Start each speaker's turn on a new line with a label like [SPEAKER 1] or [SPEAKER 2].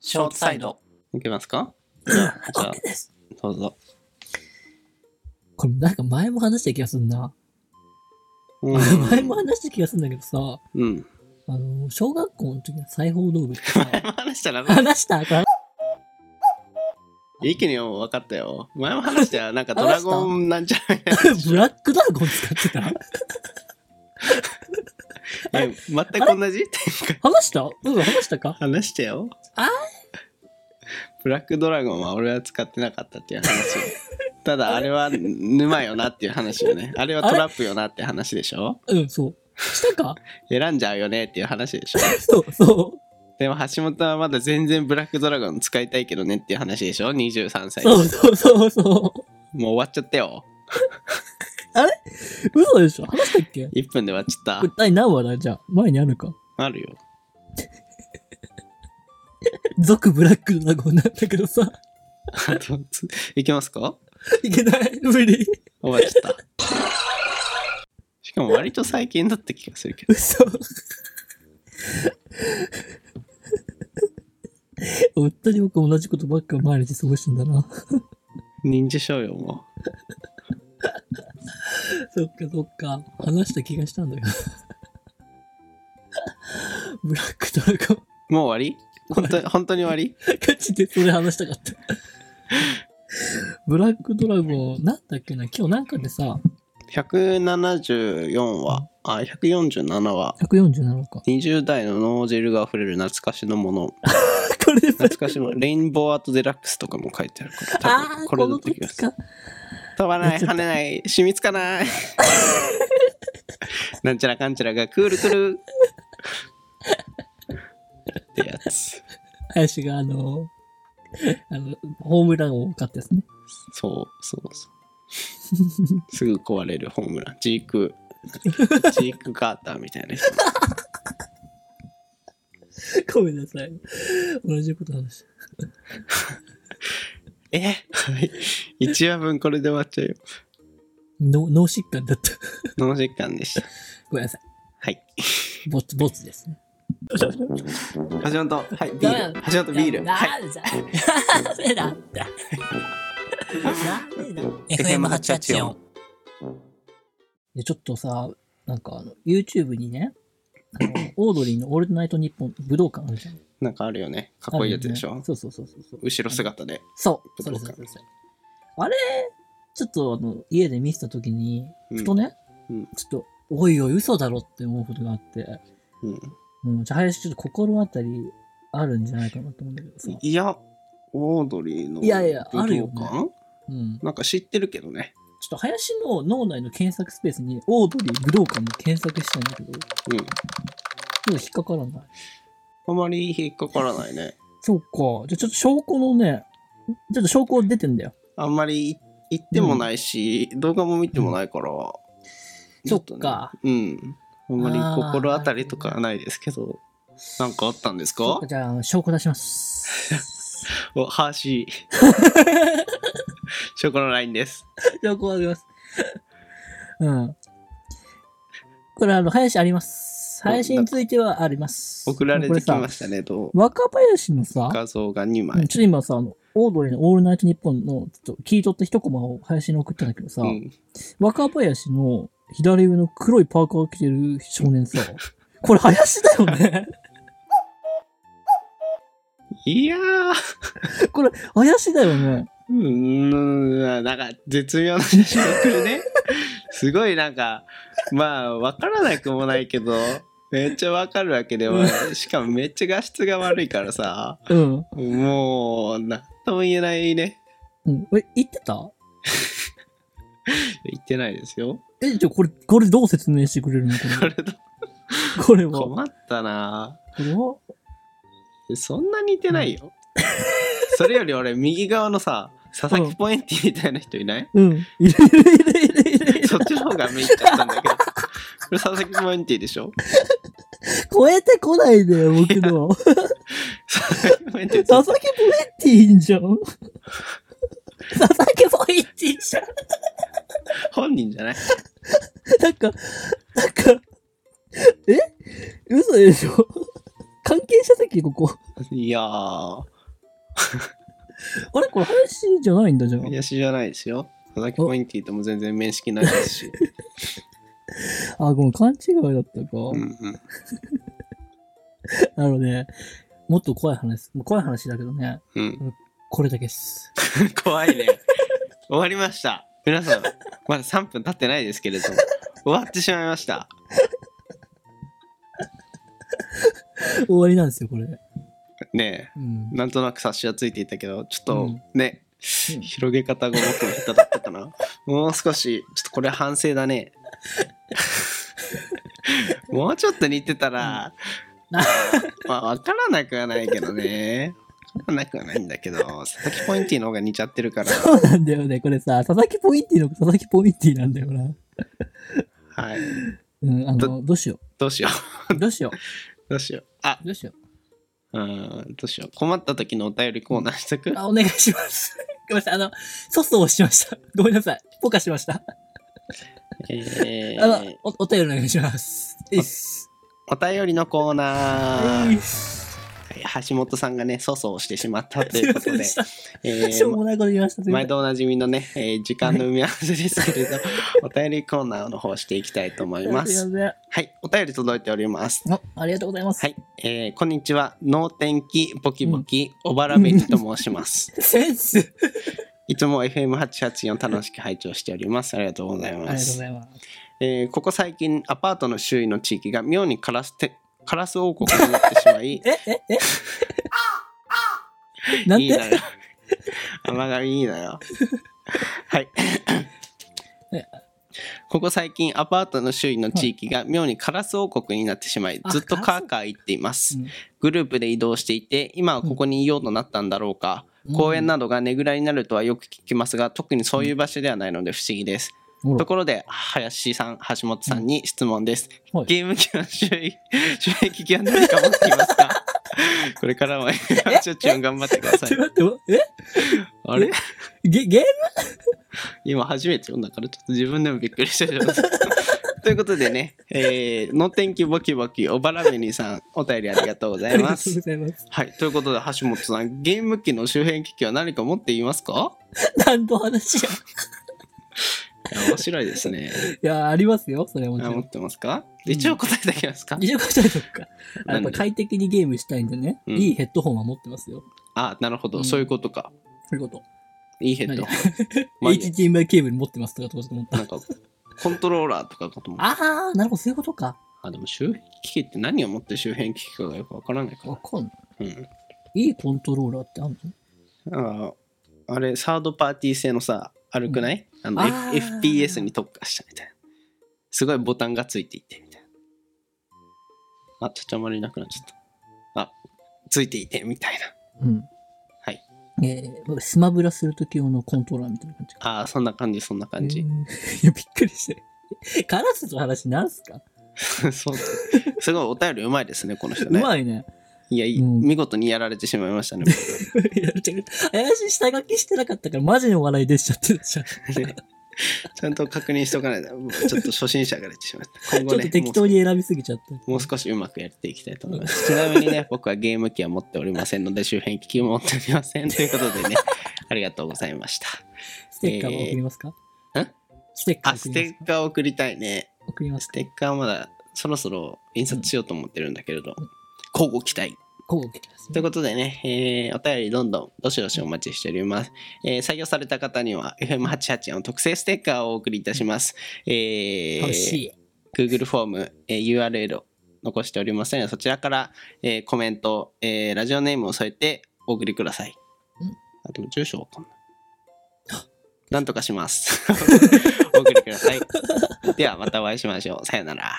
[SPEAKER 1] ショートサイド。
[SPEAKER 2] いけますかじゃあ
[SPEAKER 1] OK です。
[SPEAKER 2] どう ぞ。
[SPEAKER 1] これなんか前も話した気がすんな。
[SPEAKER 2] うん。
[SPEAKER 1] 前も話した気がすんだけどさ、
[SPEAKER 2] うん。
[SPEAKER 1] あの、小学校の時の裁縫道具ってさ、
[SPEAKER 2] 話したら、
[SPEAKER 1] 話したこれ
[SPEAKER 2] 一気に分かったよ。前も話したよ。なんかドラゴンなんちゃらみたい
[SPEAKER 1] ブラックドラゴン使ってた
[SPEAKER 2] な。え全く同じ
[SPEAKER 1] 話したうん、話したか
[SPEAKER 2] 話してよ。
[SPEAKER 1] あ
[SPEAKER 2] ブラックドラゴンは俺は使ってなかったっていう話よ。ただあれは沼よなっていう話よね。あれはトラップよなって話でしょ
[SPEAKER 1] うん、そう。したか
[SPEAKER 2] 選んじゃうよねっていう話でしょ
[SPEAKER 1] そう、そう。
[SPEAKER 2] でも橋本はまだ全然ブラックドラゴン使いたいけどねっていう話でしょ ?23 歳。
[SPEAKER 1] そ
[SPEAKER 2] も
[SPEAKER 1] うそうそうそう
[SPEAKER 2] 終わっちゃったよ。
[SPEAKER 1] う。嘘でしょ話したっけ
[SPEAKER 2] 1分で終わっちゃ
[SPEAKER 1] これ
[SPEAKER 2] っ
[SPEAKER 1] 第何話だじゃあ、前にあるか。
[SPEAKER 2] た。あるよ。
[SPEAKER 1] 俗ブラックドラゴンなんだけどさ、
[SPEAKER 2] あとついきますか
[SPEAKER 1] いけない、無理。
[SPEAKER 2] 終わっちゃった。しかも割と最近だった気がするけど。
[SPEAKER 1] 嘘。本当に僕同じことばっか毎日過ごしてんだな。
[SPEAKER 2] 忍者商用も。
[SPEAKER 1] そっかそっか。話した気がしたんだよ。ブラックドラゴン。
[SPEAKER 2] もう終わり本当に本当に終わり
[SPEAKER 1] ガチでそれ話したかった。ブラックドラゴン、なんだっけな、今日なんかでさ、
[SPEAKER 2] 174話あ147話
[SPEAKER 1] 147か。
[SPEAKER 2] 20代のノージェルが溢れる懐かしのもの
[SPEAKER 1] これでさ、
[SPEAKER 2] 懐かしのものレインボーアートデラックスとかも書いてあるから多
[SPEAKER 1] あ
[SPEAKER 2] 分
[SPEAKER 1] ー、
[SPEAKER 2] こ
[SPEAKER 1] こ
[SPEAKER 2] れだ
[SPEAKER 1] の
[SPEAKER 2] った気
[SPEAKER 1] 時
[SPEAKER 2] がする
[SPEAKER 1] か。
[SPEAKER 2] 飛ばない跳ねない染みつかない なんちゃらかんちゃらがクールクルってやつ
[SPEAKER 1] 林があの、あの、ホームランを買ったやつね。
[SPEAKER 2] そうそうそうすぐ壊れるホームランジークジーク・カーターみたいな人
[SPEAKER 1] ごめんなさい。同じこと話し
[SPEAKER 2] えはい1話分これで終わっちゃうよ
[SPEAKER 1] た。脳脳疾患だった。
[SPEAKER 2] 脳疾患でした
[SPEAKER 1] ごめんなさい。
[SPEAKER 2] はい
[SPEAKER 1] ボツ、ボツですね。
[SPEAKER 2] 橋本はいビール橋本ビールはい
[SPEAKER 1] なんだ、ダメだった。ダメだ。
[SPEAKER 2] FM884。
[SPEAKER 1] で、ちょっとさ、なんかあの、YouTube にね、あの、オードリーのオールナイトニッポン武道館あるじゃん。か
[SPEAKER 2] なんかあるよねかっこいいやつでしょ、
[SPEAKER 1] そうそうそうそうそう。
[SPEAKER 2] 後ろ姿で
[SPEAKER 1] そう、そ
[SPEAKER 2] 武
[SPEAKER 1] れ
[SPEAKER 2] 道
[SPEAKER 1] それ
[SPEAKER 2] 館
[SPEAKER 1] それそれ。あれ、ちょっとあの、家で見せたときに、
[SPEAKER 2] うん
[SPEAKER 1] ふとね、
[SPEAKER 2] うん
[SPEAKER 1] ちょっと、おいおい、嘘だろって思うことがあって、
[SPEAKER 2] うん
[SPEAKER 1] うん、じゃあ林ちょっと心当たりあるんじゃないかなと思うんだけどさ。
[SPEAKER 2] いや、オードリーの
[SPEAKER 1] いやいや
[SPEAKER 2] 武
[SPEAKER 1] あ
[SPEAKER 2] 道館
[SPEAKER 1] るよねうん。ちょ
[SPEAKER 2] なんか知ってるけどね。
[SPEAKER 1] っと林の脳内の検索スペースに、オードリー武道館も検索したんだけど、ちょ
[SPEAKER 2] うん。
[SPEAKER 1] っと引っかからない。
[SPEAKER 2] あまり引っかからないね。
[SPEAKER 1] そうか。じゃあちょっと証拠のね、ちょっと証拠出てんだよ。
[SPEAKER 2] あんまり行ってもないし、動画も見てもないから。ち
[SPEAKER 1] そ
[SPEAKER 2] ょ
[SPEAKER 1] っ
[SPEAKER 2] っとね
[SPEAKER 1] か。
[SPEAKER 2] うん。あんまり
[SPEAKER 1] あー
[SPEAKER 2] 心当たりとかはないですけど。なんかあったんです
[SPEAKER 1] そ
[SPEAKER 2] か
[SPEAKER 1] っかじゃあ、証拠出し ます。
[SPEAKER 2] お、ハー シー。証拠のラインです。
[SPEAKER 1] 証拠あります。うん。これ、あの、林あります。林についてはあります。
[SPEAKER 2] 送られてき
[SPEAKER 1] こ
[SPEAKER 2] ま
[SPEAKER 1] さ。
[SPEAKER 2] したね、と
[SPEAKER 1] 若林のさ、
[SPEAKER 2] 画像が2
[SPEAKER 1] うん
[SPEAKER 2] 枚。
[SPEAKER 1] ちょっと今さ、あの、オードリーのオールナイトニッポンの、ちょっと聞い取った一コマを林に送ったんだけどさ、
[SPEAKER 2] うん、
[SPEAKER 1] 若林の左上の黒いパーカーを着てる少年 さ、これ林だよ ね
[SPEAKER 2] いやー、
[SPEAKER 1] これ林だよね
[SPEAKER 2] うーん、なんか絶妙な写真送るね。すごいなんか、まあ、わからなくもないけど、めっちゃわかるわけでもない。しかもめっちゃ画質が悪いからさ、
[SPEAKER 1] うん。
[SPEAKER 2] もう、なんとも言えないね。
[SPEAKER 1] うん。え、言ってた
[SPEAKER 2] 言ってないですよ。
[SPEAKER 1] え、じゃあこれ、これどう説明してくれるのこ
[SPEAKER 2] これと
[SPEAKER 1] れこれは。こ
[SPEAKER 2] 困ったな
[SPEAKER 1] れは
[SPEAKER 2] そんな似てないよ。それより俺、右側のさ、佐々木ポエンティみたいな人いない
[SPEAKER 1] うん。いるいるいるいるいるいる。
[SPEAKER 2] そっちの方が見入っちゃったんだけど。これ佐々木ポエンティでしょ
[SPEAKER 1] 超えてこないでよ、僕の。
[SPEAKER 2] 佐々木ポエンテ ィ
[SPEAKER 1] 佐々木ポエッティんじゃん。佐々木ポエッティじゃん。
[SPEAKER 2] 本人じゃない
[SPEAKER 1] なんか、なんか、え嘘でしょ関係者席ここ。
[SPEAKER 2] いやー、
[SPEAKER 1] あれこれ林じゃないんだじゃん。
[SPEAKER 2] 林じゃないですよ佐々木ポインティとも全然面識ないですし、
[SPEAKER 1] あ、ごめん、勘違いだったか。
[SPEAKER 2] うんうん、
[SPEAKER 1] なので、もっと怖い話、もう怖い話だけどね、
[SPEAKER 2] うん、
[SPEAKER 1] これだけっす。
[SPEAKER 2] 怖いね終わりました皆さんまだ3分経ってないですけれども終わってしまいました
[SPEAKER 1] 終わりなんですよ、これ。
[SPEAKER 2] ね
[SPEAKER 1] うん
[SPEAKER 2] え。なんとなく察しはついていたけどちょっ
[SPEAKER 1] う
[SPEAKER 2] と
[SPEAKER 1] ん
[SPEAKER 2] ね、
[SPEAKER 1] うん
[SPEAKER 2] 広げ方が僕も下手だったかな もう少しちょっとこれ反省だね もうちょっと似てたら、
[SPEAKER 1] うん
[SPEAKER 2] まあ分からなくはないけどね分からなくはないんだけど佐々木ポインティの方が似ちゃってるから
[SPEAKER 1] そうなんだよね、これさ、佐々木ポインティの佐々木ポインティなんだよな。
[SPEAKER 2] はい
[SPEAKER 1] うん、あの、
[SPEAKER 2] ど
[SPEAKER 1] どうしよ
[SPEAKER 2] どうしよ
[SPEAKER 1] う。 どうしよ
[SPEAKER 2] うどうしようあ
[SPEAKER 1] う。どうしよ
[SPEAKER 2] うんどうしよう困った時のお便りコーナーしとく
[SPEAKER 1] う。あ、お願いします。 ごめんなさい、あの、粗相をしました。 ごめんなさい。ポカしました。
[SPEAKER 2] え
[SPEAKER 1] あの
[SPEAKER 2] ー、
[SPEAKER 1] お、お便りお願いします。いいっす。
[SPEAKER 2] お便りのコーナ
[SPEAKER 1] いいっ
[SPEAKER 2] ー
[SPEAKER 1] す
[SPEAKER 2] 橋本さんがね粗相をしてしまったと
[SPEAKER 1] す
[SPEAKER 2] い
[SPEAKER 1] いうま
[SPEAKER 2] こ
[SPEAKER 1] せ
[SPEAKER 2] と
[SPEAKER 1] んで
[SPEAKER 2] で
[SPEAKER 1] した。
[SPEAKER 2] え
[SPEAKER 1] しょ
[SPEAKER 2] ー
[SPEAKER 1] うもないこと言いました。すいませ
[SPEAKER 2] 毎
[SPEAKER 1] ん
[SPEAKER 2] 度おなじみのね、えー時間の埋め合わせですけれど、お便りコーナーの方していきたいと思いますす。
[SPEAKER 1] いま
[SPEAKER 2] はい、お便り届いております。
[SPEAKER 1] せん。おありがとうございます。
[SPEAKER 2] はい、えーこんにちは、能天気ボキボキ、小原ベニと申します。
[SPEAKER 1] センス。
[SPEAKER 2] いつも FM884 楽しく拝聴しております。ありがとうござ
[SPEAKER 1] あ
[SPEAKER 2] い
[SPEAKER 1] りが
[SPEAKER 2] ま
[SPEAKER 1] とうご
[SPEAKER 2] す。
[SPEAKER 1] ざいます。、
[SPEAKER 2] えーここ最近、アパートの周囲の地域が妙にカラスてカラス王国になってしまい
[SPEAKER 1] え、え、え。なん
[SPEAKER 2] いいな
[SPEAKER 1] て。
[SPEAKER 2] よ。甘がみいいなよ。はい
[SPEAKER 1] え。
[SPEAKER 2] ここ最近アパートの周囲の地域が妙にカラス王国になってしまい
[SPEAKER 1] あ
[SPEAKER 2] ずっと
[SPEAKER 1] カ
[SPEAKER 2] カ
[SPEAKER 1] ラス
[SPEAKER 2] ーカー言っています
[SPEAKER 1] うん
[SPEAKER 2] グループで移動していて今はここにいようとなったんだろうか公園。などがねぐらになるとはよく聞きますが特にそういう場所ではないので不思議です
[SPEAKER 1] うん
[SPEAKER 2] ところで林さん橋本さんに質問です
[SPEAKER 1] はい
[SPEAKER 2] ゲーム機の収 益収益期は何か持っていますか これからも ちょっちょん頑張ってくださ
[SPEAKER 1] ち
[SPEAKER 2] い
[SPEAKER 1] ょっと待って、え、
[SPEAKER 2] あれ
[SPEAKER 1] ゲ、ゲー
[SPEAKER 2] 今初めて読んだからちょっと自分でもびっくりしてしま った。ということでね、えー、の天気ボキボキおばらべにさんお便りありがとうござ
[SPEAKER 1] ム。
[SPEAKER 2] い ます。
[SPEAKER 1] ざいます。
[SPEAKER 2] はい、ということで橋本さんゲーム機の周辺機器は何か持っていますか
[SPEAKER 1] 何の話や。
[SPEAKER 2] いや面白いで すね。
[SPEAKER 1] いや、ありますよ、それはもち
[SPEAKER 2] あ
[SPEAKER 1] ろ
[SPEAKER 2] 持
[SPEAKER 1] ん。
[SPEAKER 2] ってますか一応答えてきますか、
[SPEAKER 1] 一応答えとくか。あや
[SPEAKER 2] な
[SPEAKER 1] っ
[SPEAKER 2] ん
[SPEAKER 1] ぱ
[SPEAKER 2] で
[SPEAKER 1] 快適にゲームしたいんでね、
[SPEAKER 2] うん
[SPEAKER 1] いいヘッドホンは持ってますよ。
[SPEAKER 2] あなるほど、
[SPEAKER 1] うん
[SPEAKER 2] そういうことか。
[SPEAKER 1] そういうこと。
[SPEAKER 2] いいヘッドホン。 まあいいや
[SPEAKER 1] HDMI ケーブル持ってますとかとかと思った。
[SPEAKER 2] なんかコントローラーとかかと思った
[SPEAKER 1] あー、なるほど、そういうことか。
[SPEAKER 2] あでも周辺機器って何を持って周辺機器かがよくわからないか
[SPEAKER 1] わ
[SPEAKER 2] ら。
[SPEAKER 1] かんない。
[SPEAKER 2] うん、
[SPEAKER 1] いいコントローラーってあんの
[SPEAKER 2] ああれサードパーティー製のさ歩くない、あの
[SPEAKER 1] あ
[SPEAKER 2] F-
[SPEAKER 1] ー
[SPEAKER 2] FPS に特化したみたいなすごいボタンがついていてみたいなあちょちょあまりなくなっちゃったあついていてみたいな
[SPEAKER 1] うん。
[SPEAKER 2] はい。
[SPEAKER 1] えー、スマブラする時用のコントローラーみたいな感じか。
[SPEAKER 2] あーそんな感じそんな感
[SPEAKER 1] え
[SPEAKER 2] じ、
[SPEAKER 1] ーいや、びっくりして。カラスの話なんすか、
[SPEAKER 2] そうすごいお便りうまいですねこの人
[SPEAKER 1] う
[SPEAKER 2] ね
[SPEAKER 1] まいね。
[SPEAKER 2] いやいい、
[SPEAKER 1] うん
[SPEAKER 2] 見事にやられてしまいましたね
[SPEAKER 1] いやちょ怪しい下書きしてなかったから、マジの笑い出しちゃってるじゃん。
[SPEAKER 2] ちゃんと確認しとかないとちょっと初心者が出てしまった今
[SPEAKER 1] ちょ
[SPEAKER 2] 後
[SPEAKER 1] っと
[SPEAKER 2] ね
[SPEAKER 1] 適当に選びすぎちゃった。
[SPEAKER 2] もう少しうまくやっていきたいと思います。ちなみにね、 僕はゲーム機は持っておりませんので、周辺機器も持っておりません。と いうことでね、ありがとうございました。
[SPEAKER 1] ステッカーも送りますか、
[SPEAKER 2] えーん
[SPEAKER 1] ステッカー
[SPEAKER 2] あ、
[SPEAKER 1] 送
[SPEAKER 2] ス
[SPEAKER 1] りま
[SPEAKER 2] テ
[SPEAKER 1] すか
[SPEAKER 2] ッカー送りたいね。
[SPEAKER 1] 送ります
[SPEAKER 2] ス。テッカーまだそろそろ印刷しようと思ってるんだけれど、交互期待。
[SPEAKER 1] こう来てます、
[SPEAKER 2] と
[SPEAKER 1] ね
[SPEAKER 2] いう。ことでね、えーお便りどんどんどしどしお待ちしております。えー採用された方には FM88 の特製ステッカーをお送りいたします。えー
[SPEAKER 1] 欲しい。
[SPEAKER 2] Google フォーム、えー URL を残しておりますので、そちらから、えーコメント、えーラジオネームを添えてお送りください
[SPEAKER 1] うん。
[SPEAKER 2] あ、でも住所わかんない。な ん とかします。お送りください。ではまたお会いしましょう。さよなら。